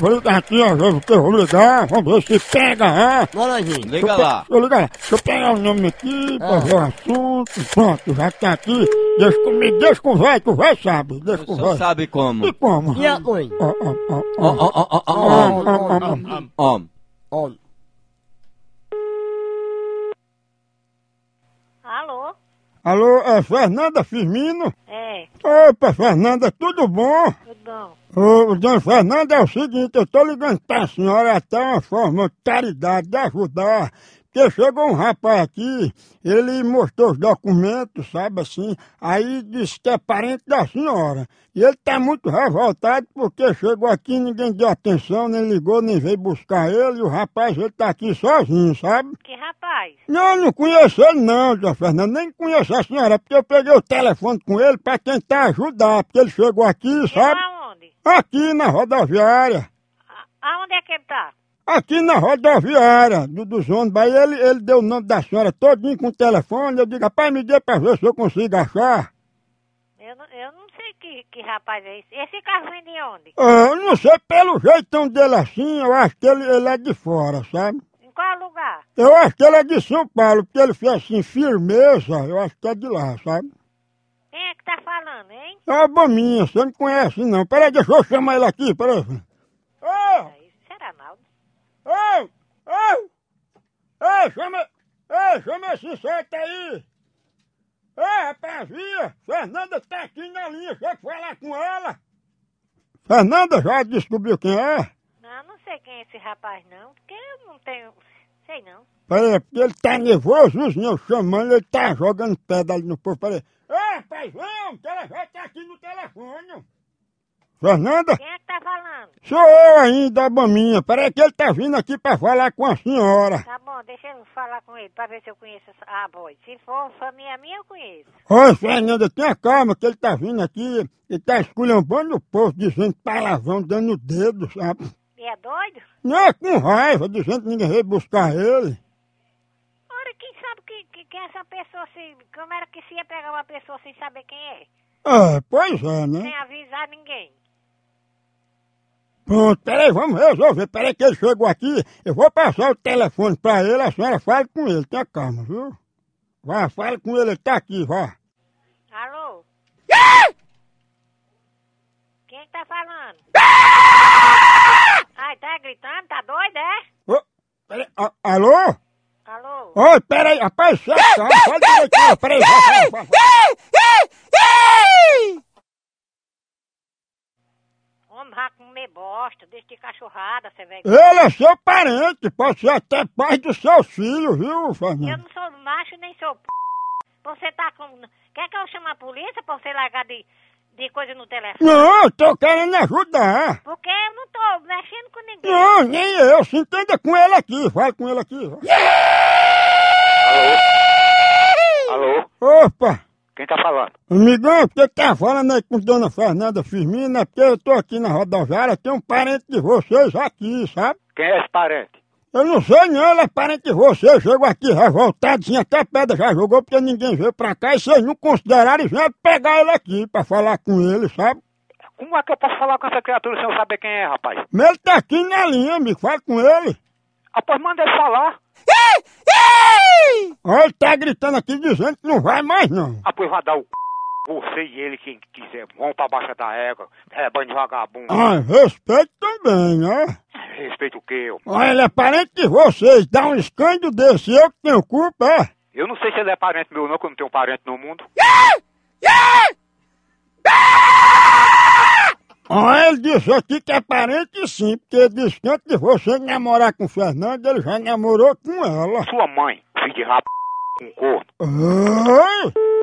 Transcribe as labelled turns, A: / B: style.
A: Vou ligar aqui, ó, eu- que eu vou ligar, vamos ver se pega, ah.
B: Laranjinha.
A: Deixa
C: Liga
A: eu
C: lá.
A: pe- Eu ligar lá. Deixa eu pegar o nome aqui,
C: Ah.
A: pra ver o assunto. Pronto, já tá aqui. Deixa comigo, deixa com o velho, que o velho sabe. Deixa com o
C: Você
A: velho.
C: sabe como.
A: E como?
B: E a mãe?
A: Ó, ó, ó,
C: Ó,
A: ó.
C: ó, ó, ó, ó,
A: Ó, ó, ó, ó.
C: ó.
B: Ó.
D: Alô?
A: Alô, é Fernanda Firmino?
D: É,
A: Opa, Fernanda, tudo bom?
D: tudo bom?
A: Ô, Dona Fernanda, é o seguinte, eu tô ligando pra senhora até uma forma de caridade, de ajudar. Porque chegou um rapaz aqui, ele mostrou os documentos, sabe assim, aí disse que é parente da senhora. E ele tá muito revoltado porque chegou aqui, ninguém deu atenção, nem ligou, nem veio buscar ele, e o rapaz, ele tá aqui sozinho, sabe?
D: Que rapaz?
A: Não, não conheço ele não, Dona Fernanda, nem conheço a senhora, porque eu peguei o telefone com ele pra tentar ajudar, porque ele chegou aqui,
D: Chegou
A: sabe?
D: aonde?
A: Aqui na rodoviária.
D: A- Aonde é que ele tá?
A: Aqui na rodoviária do, dos ônibus. Aí ele, ele deu o nome da senhora todinho com o telefone. Eu digo, rapaz, me dê pra ver se eu consigo achar.
D: Eu, não- eu não sei que, que rapaz é esse. Esse carro vem de onde?
A: Ah, eu não sei pelo jeitão dele assim, eu acho que ele, ele é de fora, sabe?
D: Em qual lugar?
A: Eu acho que ele é de São Paulo, porque ele fez assim, firmeza, eu acho que é de lá, sabe?
D: Quem é que tá falando, hein?
A: É uma bominha, você não conhece não. Peraí, deixa eu chamar ele aqui, peraí. Ô,
D: Aí, Será mal?
A: ô, ô! Ei, chama! Ei, chama esse santo aí! Ei, rapaz, via! Fernanda tá aqui na linha, deixa eu falar com ela! Fernanda já descobriu quem é?
D: Não, não sei quem é esse rapaz, não. Porque eu não tenho... Sei não.
A: Peraí, porque ele tá nervosozinho, eu chamando, ele tá jogando pedra ali no povo, peraí. Ei, rapaz, vamos, que ela já tá aqui no telefone! Fernanda,
D: Quem é que tá falando?
A: sou eu ainda, a bominha, peraí que ele tá vindo aqui pra falar com a senhora.
D: Tá bom, deixa eu falar com ele pra ver se eu conheço essa... Ah, boy, se for família minha, eu conheço.
A: Ô, Fernanda, tenha calma que ele tá vindo aqui e tá esculhambando o povo, dizendo palavrão, dando o dedo, sabe?
D: E é doido?
A: Não é com raiva, dizendo que ninguém veio buscar ele.
D: Ora, quem sabe que, que, que essa pessoa se... Como era que se ia pegar uma pessoa sem saber quem é?
A: É, pois é, né?
D: Sem avisar ninguém.
A: Pronto, peraí, vamos resolver. Peraí que ele chegou aqui, eu vou passar o telefone pra ele, a senhora fala com ele, tenha calma, viu? Vá, fala com ele, ele tá aqui, vá.
D: Alô? Quem é que tá falando? Ai, tá gritando? Tá doido, é?
A: Ô, peraí, a- alô?
D: Alô?
A: Oi, peraí, rapaz, você calma, fala direitinho, peraí, vá, fala, fala, fala.
D: Homem vai comer bosta, deixa de cachorrada, você velho.
A: Ele é seu parente, pode ser até pai do seu filho, viu,
D: Eu
A: Fernando?
D: não sou macho nem sou p. Você tá com. Quer que eu chame a polícia pra você largar de, de coisa no telefone?
A: Não, eu tô querendo ajudar.
D: Porque eu não tô mexendo com ninguém.
A: Não, nem eu, se entenda com ele aqui, vai com ele aqui. vai.
E: Alô?
A: Opa,
E: Quem tá falando?
A: amigão, você tá falando aí com Dona Fernanda Firmina, é porque eu tô aqui na rodoviária, tem um parente de vocês aqui, sabe?
E: Quem é esse parente?
A: Eu não sei não, ele é parente de vocês, chegou aqui revoltado, assim, até pedra já jogou porque ninguém veio pra cá e vocês não consideraram e vieram pegar ele aqui pra falar com ele, sabe?
E: Como é que eu posso falar com essa criatura sem eu saber quem é, rapaz?
A: Mas ele tá aqui na linha, amigo, fala com ele.
E: Ah, pois manda ele falar.
A: Olha, ele tá gritando aqui dizendo que não vai mais não.
E: Ah, pois vai dar o c... Você e ele, quem quiser, vão pra baixa da égua, rebanho de vagabundo.
A: Ah, respeito também, né?
E: Respeito o que eu?
A: Olha, ele é parente de vocês, dá um escândalo desse, eu que tenho culpa, é?
E: Eu não sei se ele é parente meu não, que eu não tenho parente no mundo.
A: Olha, ele disse aqui que é parente sim, porque disse que antes de você namorar com o Fernando, ele já namorou com ela.
E: Sua mãe, filho de rap, com corno.
A: Ai!